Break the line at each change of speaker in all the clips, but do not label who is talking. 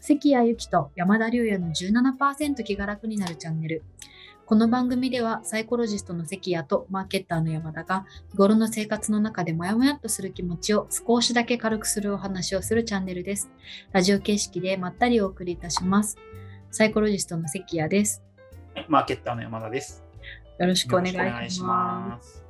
関谷由紀と山田龍也の17%気が楽になるチャンネルこの番組ではサイコロジストの関谷とマーケッターの山田が日頃の生活の中でモヤモヤっとする気持ちを少しだけ軽くするお話をするチャンネルですラジオ形式でまったりお送りいたしますサイコロジストの関谷です
マーケッターの山田です。
よろしくお願
よろ
いします
す。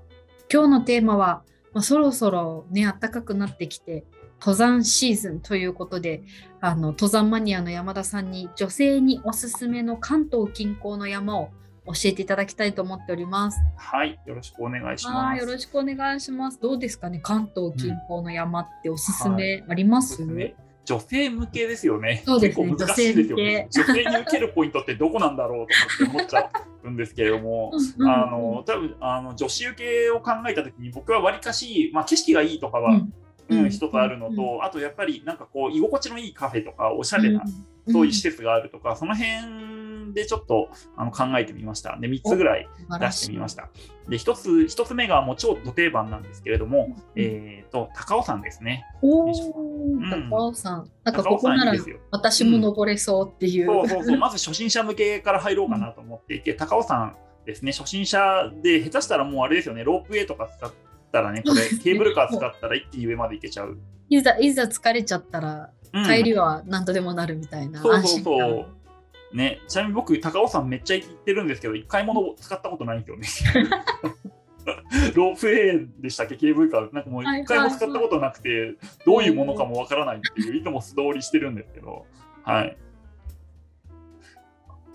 今日のテーマは、まあ、そろそろね暖かくなってきて登山シーズンということであの登山マニアの山田さんに女性におすすめの関東近郊の山を教えていただきたいと思っております。
はい、よろしくお願いし
あ
ま
ー
す。
よろ
しく
しくお願いします。どうですかね関東近郊の山っておすすめあり
お
ます、
すすめ。女性向けですよね。
そうですね。
結構難しいですよね。女性に受けるポイントってどこなんだろうと思って思っちゃうんですけれども
うんうんうん
あの多分あの女子受けを考えた時に僕はわりかし、まあ、景色がいいとか
うん、
はうん
うん
一つあるのと、
う。
あとやっぱりなんかこう居心地のいいカフェとかおしゃれな、そういう施設があるとか、その辺でちょっとあの考えてみましたで3つぐらい出してみましたた。で、一つ、一つ目がもう超ド定番なんですけれど
う
も、
ん
えっ、と、高尾山ですね。
お
よいしょ
ー高尾山、なんか
高
こ
尾
こ
山
ない
い
ら
ですよ。
私も登れそうっていう。
そうそうそう、まず初心者向けから入ろうかなと思っていて、高尾山ですね、初心者で、下手したらもうあれですよね、ロープウェイとか使ったらね、 これ、ケーブルカー使ったら一気に上まで行けちゃう。
いざいざ疲れちゃったら
うん
帰りは何度でもなるみたいな、
そう
安
そう
心
そ
感
う。ね、ちなみに僕、高尾山めっちゃ行ってるんですけど、一回も使ったことないんですよね。 ロープウェイでしたっけ、ケーブルカー、なんかもう一回も使ったことなくて、どういうものかもわからないっていう、いつも素通りしてるんですけど、はい。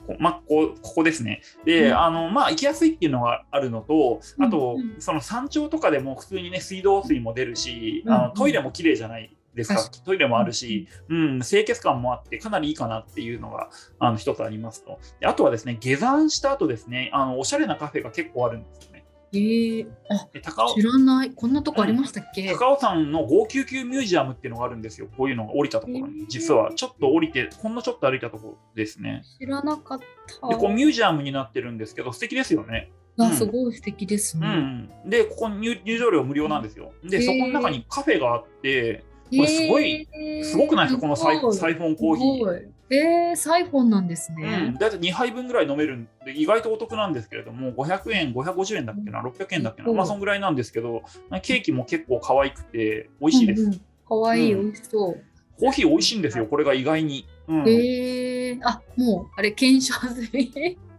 こまあ、こここですね。で、
うん
あの、まあ、行きやすいっていうのがあるのと、あと、
うんうん
その山頂とかでも普通にね、水道水も出るし、
うんうん
あのトイレも綺麗じゃないですか
確、
トイレもあるし、うん、清潔感もあって、かなりいいかなっていうのが、あの、一つありますと。であとはですね、下山した後ですね、あの、おしゃれなカフェが結構あるんですよね。
えー、あ
で高尾
知らないこんなとこありましたっけ、
高尾山の599ミュージアムっていうのがあるんですよ。こういうのが降りたところ
へ
に
ー。
実は、ちょっと降りて、ほんのちょっと歩いたところですね。
知らなかった
で、こうミュージアムになってるんですけど、素敵ですよね。
あすごい素敵です
う
ね、
ん。で、ここ入入場料無料なんですよ。
へ
で、
ー
そこの中にカフェがあって、これすごい
えー
すごくないですか、このサイサイフォンコーヒー
す。ごいえー、サイフォンなんです
うん
ね、、
だいたい2杯分ぐらい飲めるんで、意外とお得なんですけれども、500円、550円だっけな、600円だっけな、
うん
まあ、そんぐらいなんですけど、ケーキも結構可愛くて、美味しいです。
うんうんかわいい、
うん
美味しそう
コーヒー美味しいんですよ、これが意外に。うん、
えー、あもうあれ検証済み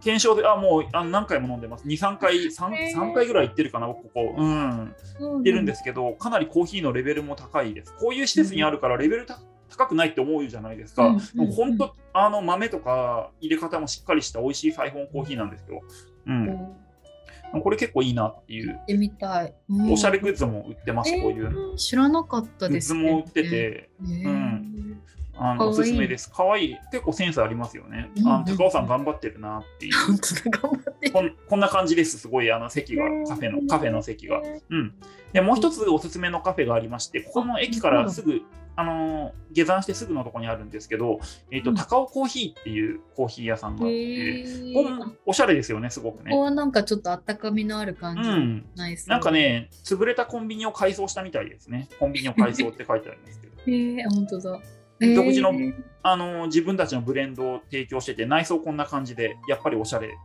検証で、あ、もうあ何回も飲んでます。2、3回、3,
へー
3回ぐらい行ってるかな、僕、ここ。うん。
そうな
行ってるんですけど、かなりコーヒーのレベルも高いです。こういう施設にあるから、レベルた高くないって思うじゃないですか。
うん
でも本当、あの豆とか入れ方もしっかりした美味しいサイフォンコーヒーなんですよ。う
うん
ん、
行
これ結構いいなっていう
ってみたい、うん
おしゃれグッズも売ってます、
えー
こういう
知らなかった
グッ
で
ズ
す、
も売ってて、
ね、
うん
かわ
あ
い
の
い
おすすめです。可愛い結構センスありますよね。
うん
あの高尾さん頑張ってるなっていう。
本当だ頑張って
こんこんな感じです、すごいあの席が
えー、
カフェのカフェの席が。うん、でもう一つおすすめのカフェがありまして、ここの駅からすぐ、あのー下山してすぐのとこにあるんですけど、えーと
うん
高尾コーヒーっていうコーヒー屋さんがあっ
へ
て、
ー
ここもおしゃれですよね、すごく
ここ
ね。
はなんかちょっとあったかみのある
う
感じ、
ん、
ナイス
なんかね、潰れたコンビニを改装したみたいですね。コンビニを改装って書いてありますけど。
えー、本当だ、え
独自のあの自分たちのブレンドを提供してて内装こんな感じでやっぱりおしゃれ、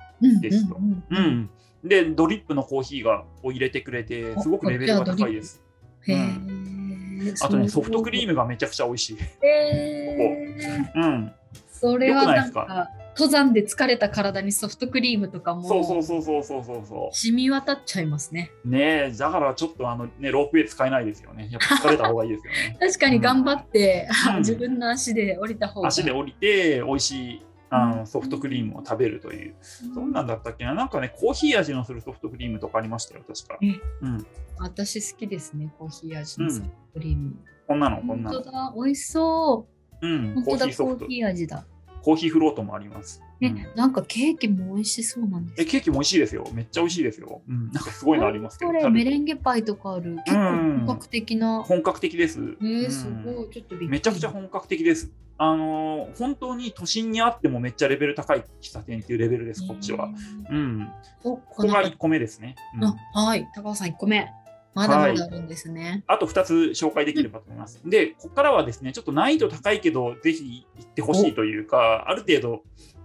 ですと
うん
う
うんうん
ん、でドリップのコーヒーがを入れてくれてすごくレベルが高いです
へー
あとねソフトクリー
ム
ムがめちゃくちゃ美味しい、
えー、
うん、
それは
よくない
な
で
ん
す
か
か
登山で疲れた体にソフトクリームとかも
そうそうそうそうそうそうそ
染み渡っちゃいますね
うねえだからちょっとあのねロープウェイ使えないですよねやっぱ疲れた方がいいですよ ね
確かに頑張って、
うん
自分の足で降りた方が
足で降りて美味しいあのソフトクリームを食べるというどんなんだったっけななんかねコーヒー味のするソフトクリームとかありましたよ確か、
え
うん、
私好きですねコーヒー味のソフトクリーム、
こんなのこんな
本
の
当、だ美味しそう
うん、
本
コ
当だ
ーヒーソ
コ
フト
ーヒー味だ
コーヒーフロートもあります。うん
ね、なんかケーキも美味しそうなんです
えケーキも美味しいですよ。めっちゃ美味しいですよ。うん、なんかすごいのありますけど。
これ
食べ
メ
て
レンゲパイとかある結構本格的な、
本格的です。
え
う
ー、
ん
すごいちょっとびっくり
めちゃくちゃ本格的です。あのー本当に都心にあってもめっちゃレベル高い喫茶店っていうレベルです、こっちは。
えー
うん。
お
こ
こ
こ
の
が1個目ですね。うん
あはい高尾さん1個目まだまだあるんですね。
あと2つ紹介できればと思います。で、ここからはですね、ちょっと難易度高いけど、ぜひ行ってほしいというか、ある程度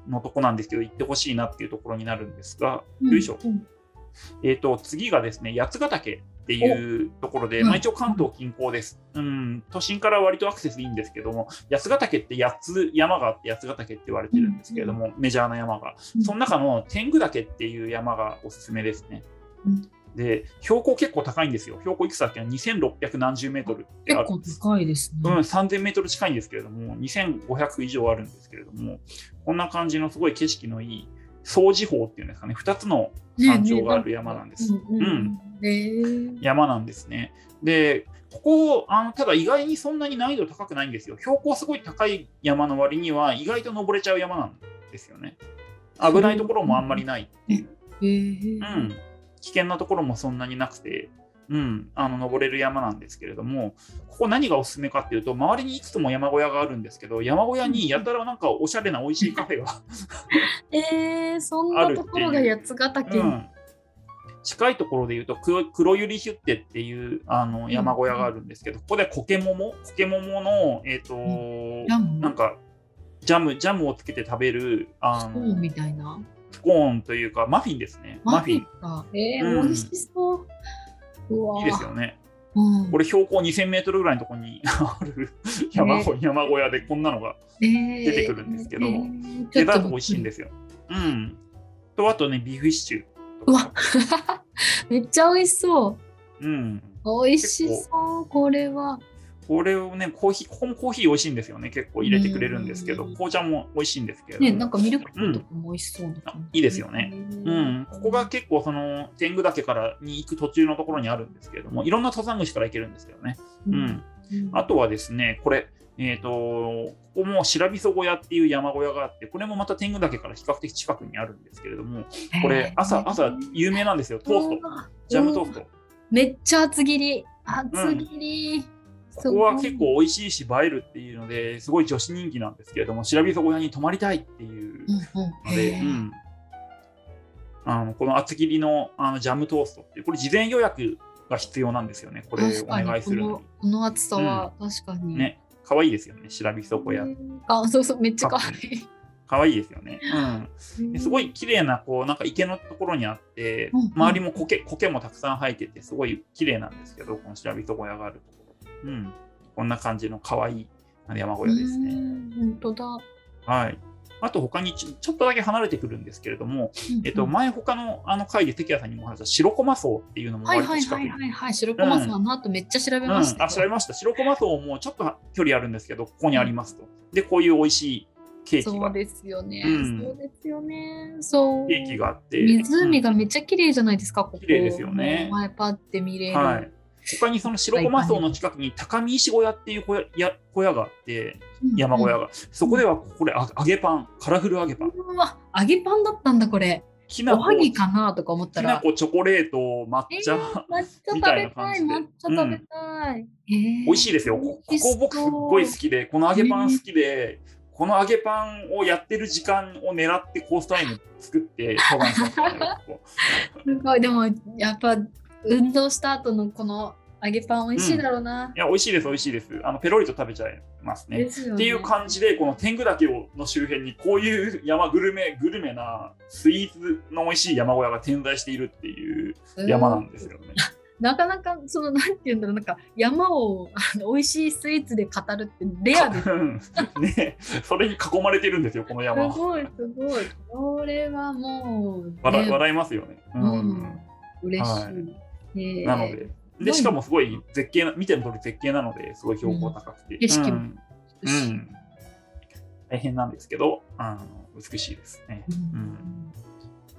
のとこなんですけど、行ってほしいなっていうところになるんですが、
うん
よいしょ。
うん
えっ、と、次がですね、八ヶ岳っていうところで、
うん
まあ、一応関東近郊です。うん、都心から割とアクセスいいんですけども、八ヶ岳って八つ山があって、八ヶ岳って言われてるんですけれども、メジャーな山が。
うん
その中の天狗岳っていう山がおすすめですね。
うん
で、標高結構高いんですよ。標高いくつだっけな2600何十メートルってあ
結
る
構
んです。
高いです
うん、
ね。
3000メートル近いんですけれども、2500以上あるんですけれども、こんな感じのすごい景色のいい、総地方っていうんですかね、2つの山頂がある山なんです。
うんうんうんへー
山なんですね。で、ここ、あのただ意外にそんなに難易度高くないんですよ。標高すごい高い山の割には、意外と登れちゃう山なんですよね。危ないところもあんまりないっていう。
へー
うん、危険なところもそんなになくて、うん、あの登れる山なんですけれども、ここ何がおすすめかっていうと、周りにいくつも山小屋があるんですけど、山小屋にやたらなんかおしゃれな美味しいカフェが、
えー、そんなところが八ヶ岳
う
に。
ん、近いところで言うと黒、黒百合ヒュッテっていうあの山小屋があるんですけど、ここでコケモモ、コケモモの、えっと
ラム
なんかジャム、ジャムをつけて食べる、あ
そ
の
うみたいな。
コーンというか、マフィンですね。マフィン。
か。え
う
ー、
ん
美味しそう。うわー
いいですよね。
うん
これ標高2000メートルぐらいのところに ある山小山小屋でこんなのが
出
てくるんですけど
デ
デザート美味しいんですよ。うん。とあとねビーフシチューと
う
か
わ。 めっちゃ美味しそ
うん。
う。美味しそう、これは。
これをねコーヒーここもコーヒー美味しいんですよね結構入れてくれるんですけど
うん
紅茶も美味しいんですけれども。
ね、なんかミルクティーとかも美味しそうな感じ、
うんいいですよね。うん、ここが結構その天狗岳からに行く途中のところにあるんですけれどもいろんな登山口から行けるんですけどね。
う
うん。あとはですね、これ、えっ、と、ここも白味噌小屋っていう山小屋があって、これもまた天狗岳から比較的近くにあるんですけれども、これ朝、朝有名なんですよ、トースト、
ト。
ジャムトースト。
めっちゃ厚切り。厚切り。
ここは結構美味しいし映えるっていうので、すごい女子人気なんですけれども、白味噌小屋に泊まりたいっていう
うんうん
ので、
へ
う
ー
ん。あのこの厚切りのあのジャムトーストっていう、これ事前予約が必要なんですよね、これお
確か
願
に
い
こ
するの
のこの厚さは確かに、
に。ね、可愛いですよね、白味噌小屋。
あそうそうめっちゃ可愛
可愛いですよね。うん。
い
ですごい綺麗なこうなんか池のところにあって
うんうん
周りも苔苔もたくさん生えててすごい綺麗なんですけどこの白人小屋があるところ、うん、こんな感じの可愛い山小屋です
う
ね。
ん本当だ、
はいあと他にちょちょっとだけ離れてくるんですけれども、えっと、
うん
前他のあの回で関谷さんにもお話した白駒荘っていうのも
はい
割と
はい
近く
はい
に
はいはい白駒さんの後めっちゃ調べ
うん、
ま
あ
したよ、
調べました白駒荘もちょっと距離あるんですけどここにありますとでこういう美味しいケーキ
そう
がケ
ですよね、
うん
そうですよねそう
ーキがあって
湖がめっちゃ綺麗じゃないですか、ここ
綺麗ですよね
前パって見れる、
はい、他にその白駒荘の近くに高見石小屋っていう小屋や小屋があって山小屋が、そこではこれあ揚げパンカラフル揚げパン
うん、うわ揚げパンだったんだこれ
き
お
なこ
はぎかなとか思った
きな
ら
こチョコレート抹茶、
抹茶食べた
みた
い
いな感じで
抹茶食べたい、へえ
美味しいですよこ
美味
こ
しそう
こ僕すっごい好きでこの揚げパン好きで、この揚げパンをやってる時間を狙ってコースタイム作って登山しま したねここ
すごいでもやっぱ運動した後のこの揚げパン美味しいだろうな、
いや美味しいです美味しいですあのペロリと食べちゃいますね
ですよね
っていう感じでこの天狗岳をの周辺にこういう山グルメグルメなスイーツの美味しい山小屋が点在しているっていう山なんですよね。
なかなかそのなんていうんだろうなんか山をあの美味しいスイーツで語るってレアです
ねそれに囲まれてるんですよこの
す
山。
ごいすごいこれはもう、ね、
笑笑いますよね。うん
うん嬉しい、
は
えー
なのででしかもすごい絶景な見ての通り絶景なのですごい標高高くて、
ん景色も
うん
美しい
うん大変なんですけどあの美しいですね。
う
うん
ん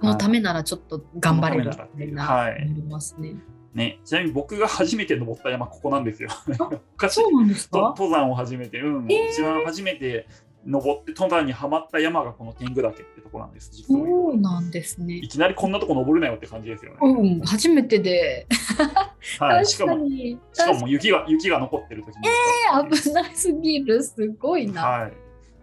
このためならちょっと頑張れるみたいな
はい
思いますね。
ね、ちなみに僕が初めて登った山ここなんですよ。おかしい
そうなんです
と
か？
登山を始めて、うん、
えー
一番初めて登って登山にはまった山がこの天狗岳ってとこなんです実は
そうなんですね
い。きなりこんなとこ登れないよって感じですよね、
うん、初めてで。
はい、し
確
か
か
も
に。
しか
確か
も雪が雪が残ってる時に、
に危なすぎる。すごいな。
はいっ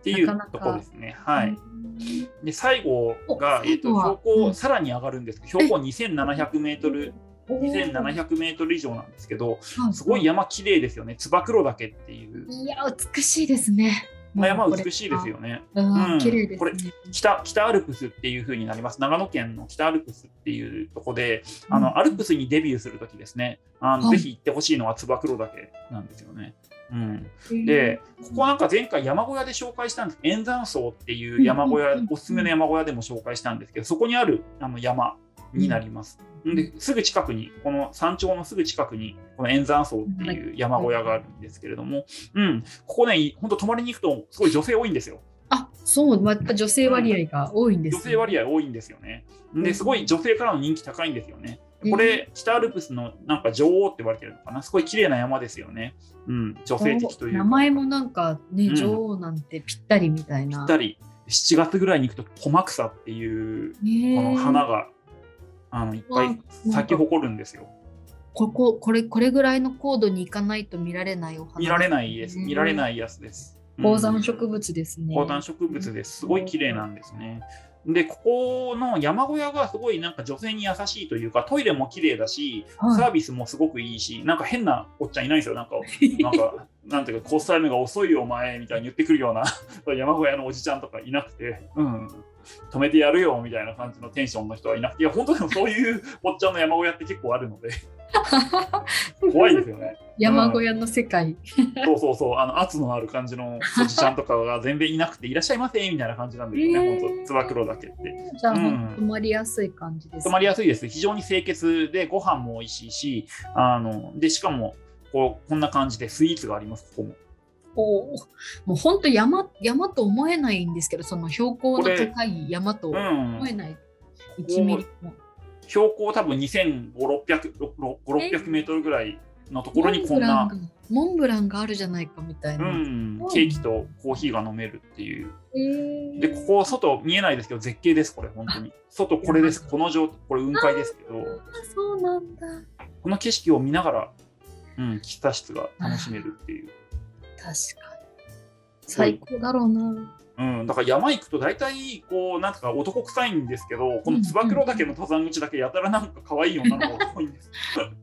ていう
なかなか
とこですねは
う
い
ん
で最後が
お
えっと
最後は
標高、
うん
さらに上がるんですけど標高2700メートル
おー
2700メートル以上なんですけど、
は
すごい山綺麗ですよね。つば九郎岳っていう。
いや、美しいですね。
まあ山美しいですよね。
うん。
うん
綺麗です
これ
ね。
北北アルプスっていう風になります。長野県の北アルプスっていうとこで、あのアルプスにデビューするときですね。あの
はい
ぜひ行ってほしいのはつば九郎岳なんですよね。うん。
うん
で、ここはなんか前回山小屋で紹介したんです。円山荘っていう山小
うんう
屋
んうん、
おすすめの山小屋でも紹介したんですけど、そこにあるあの山になります。ですぐ近くに、この山頂のすぐ近くに、この円山荘っていう山小屋があるんですけれども、うん、ここね、本当泊まりに行くと、すごい女性多いんですよ。
あ、そう、まあやっぱ女性割合が多いんです
女
ね。
性割合多いんですよね。
うん
ですごい女性からの人気高いんですよね。これ、北アルプスのなんか女王って言われてるのかな、すごい綺麗な山ですよね。うん、女性的というか
名前もなんかね、
うん
女王なんてぴったりみたい
ぴ
な。
ったり7月ぐらいに行くとコマクサっていうこ
ねえ
の花が、あのいっぱ
わあ
い咲き誇るんですよ。
こここれこれぐらいの高度に行かないと見られないお花。
見られないです。見られないやつです。
高山植物ですね。
高山植物です。すごい綺麗なんですね。で、ここの山小屋がすごいなんか女性に優しいというか、トイレも綺麗だし、
はい
サービスもすごくいいし、なんか変なおっちゃんいないんですよ。なん か、なんか、なんていうか、コースタイムが遅いよ、お前、みたいに言ってくるような、 山小屋のおじちゃんとかいなくて、うん、止めてやるよ、みたいな感じのテンションの人はいなくて、いや、本当でもそういうおっちゃんの山小屋って結構あ るので、怖いですよね。
山小屋の世界。
そうそうそう、あの圧のある感じのおじちゃんとかが全然いなくて、いらっしゃいませみたいな感じなんですよ
へ
ね、
ー
本当、つば九郎だけって。
じゃあ、
うん
泊まりやすい感じです。
泊まりやすいです、非常に清潔で、ご飯も美味しいし、あのでしかもこうこんな感じでスイーツがあります、ここも。
おーもう本当山山と思えないんですけど、その標高の
これ
高い山と
う
思え
ん、
ない。1ミリも。
標高多分2500、600 600メートルぐらいのところにこんな、
モンブランがモンブランがあるじゃないかみたいうな。
ん、ケーキとコーヒーが飲めるっていう。で、
で
ここ、外見えないですけど、絶景です、これ、本当に。外、これです、この状態、これ、雲海ですけど。
そうなんだ。
この景色を見ながら、うん、喫茶室が楽しめるっていう。
確かに。最高だろうな。
うん、だから山行くと大体こうなんか男臭いんですけどこのつば九郎岳の登山口だけやたらなんか可愛い女の子が多いんです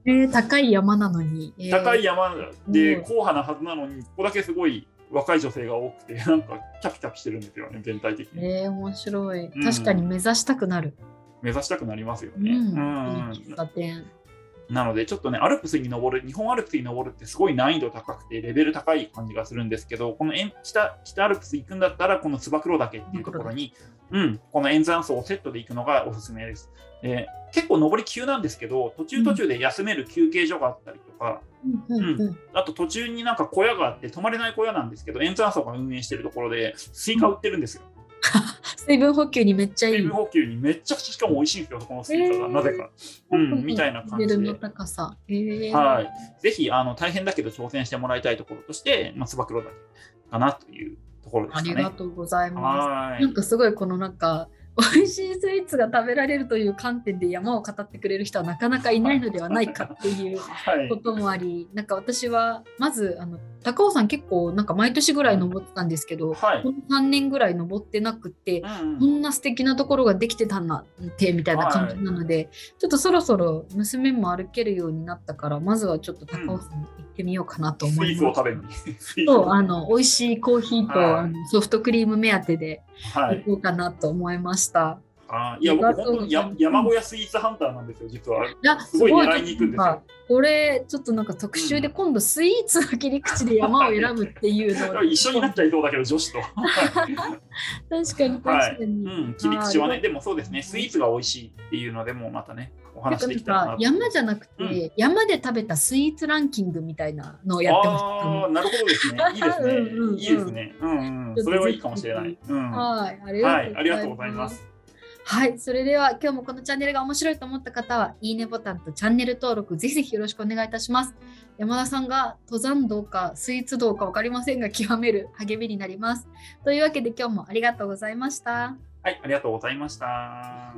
えー高い山なのに。えー
高い山で
うん
硬派なはずなのにここだけすごい若い女性が多くてなんかキャピキャピしてるんですよね全体的に
えー面白い。
うん
確かに目指したくなる。
目指したくなりますよ
うん。
ね、うん
いい喫茶店。
なのでちょっとねアルプスに登る日本アルプスに登るってすごい難易度高くてレベル高い感じがするんですけどこの円北北アルプス行くんだったらこのつば九郎岳っていうところに、うん、この円山荘をセットで行くのがおすすめです。で結構登り急なんですけど途中途中で休める休憩所があったりとか、
うんうんうん。
あと途中になんか小屋があって泊まれない小屋なんですけど円山荘が運営してるところでスイカ売ってるんですよ。
水分補給にめっちゃいい。
水分補給にめっちゃくちゃしかも美味しいんですよこのスイカが、
へー
なぜか。うん、みたいな感
レ
じで。
ベルの高さ。えー
はい、ぜひあの大変だけど挑戦してもらいたいところとして、まあ、つば九郎岳かなというところで
あ
す
り
か
が
ね。
とうございま
は
す。
ー
ないんかすごいこのなんか美味しいスイーツが食べられるという観点で山を語ってくれる人はなかなかいないのではないかっていう
はい
こともあり、なんか私はまずあの高尾山結構なんか毎年ぐらい登ってたんですけど、
はい
この3年ぐらい登ってなくて、
うん
こんな素敵なところができてたんだってみたいな感じなので、ちょっとそろそろ娘も歩けるようになったからまずはちょっと高尾山に行ってみようかなと
スイ
思い
ー
ます。
ツを食べ に。スイーツ
そう
を
あの美味しいコーヒーと、
はい
あのソフトクリーム目当てで
は
行
い、
こうかなと思いました。
あーいや僕本当にや山小屋スイーツハンターなんですよ実は。
いや
すごい
な
狙いに行くん
ん
ですよ
かこれちょっとなんか特集で今度スイーツの切り口で山を選ぶっていうのを、
一緒になっちゃいそうだけど女子と。は
確
い
かに確かに。
うん、切り口は
あ
ね
ー
でもそうですねスイーツが美味しいっていうのでもまたねお
なん
話
か
で
なん
きたらな
か山じゃなくて、
う
山で食べたスイーツランキングみたいなのをやってました
ああーなるほどで すねいいですね
うんうんうん
いいですねうん、うん、それはいいかもしれない。うん
はい、あ
はい、あ
り
り
がと
がと
うご
うご
ざ
ざ
い
い
ま
ますす。。
はい、それでは今日もこのチャンネルが面白いと思った方は、いいねボタンとチャンネル登録、ぜひぜひよろしくお願いいたします。山田さんが登山道かスイーツ道か分かりませんが、極める励みになります。というわけで今日もありがとうございました。
はい、ありがとうございました。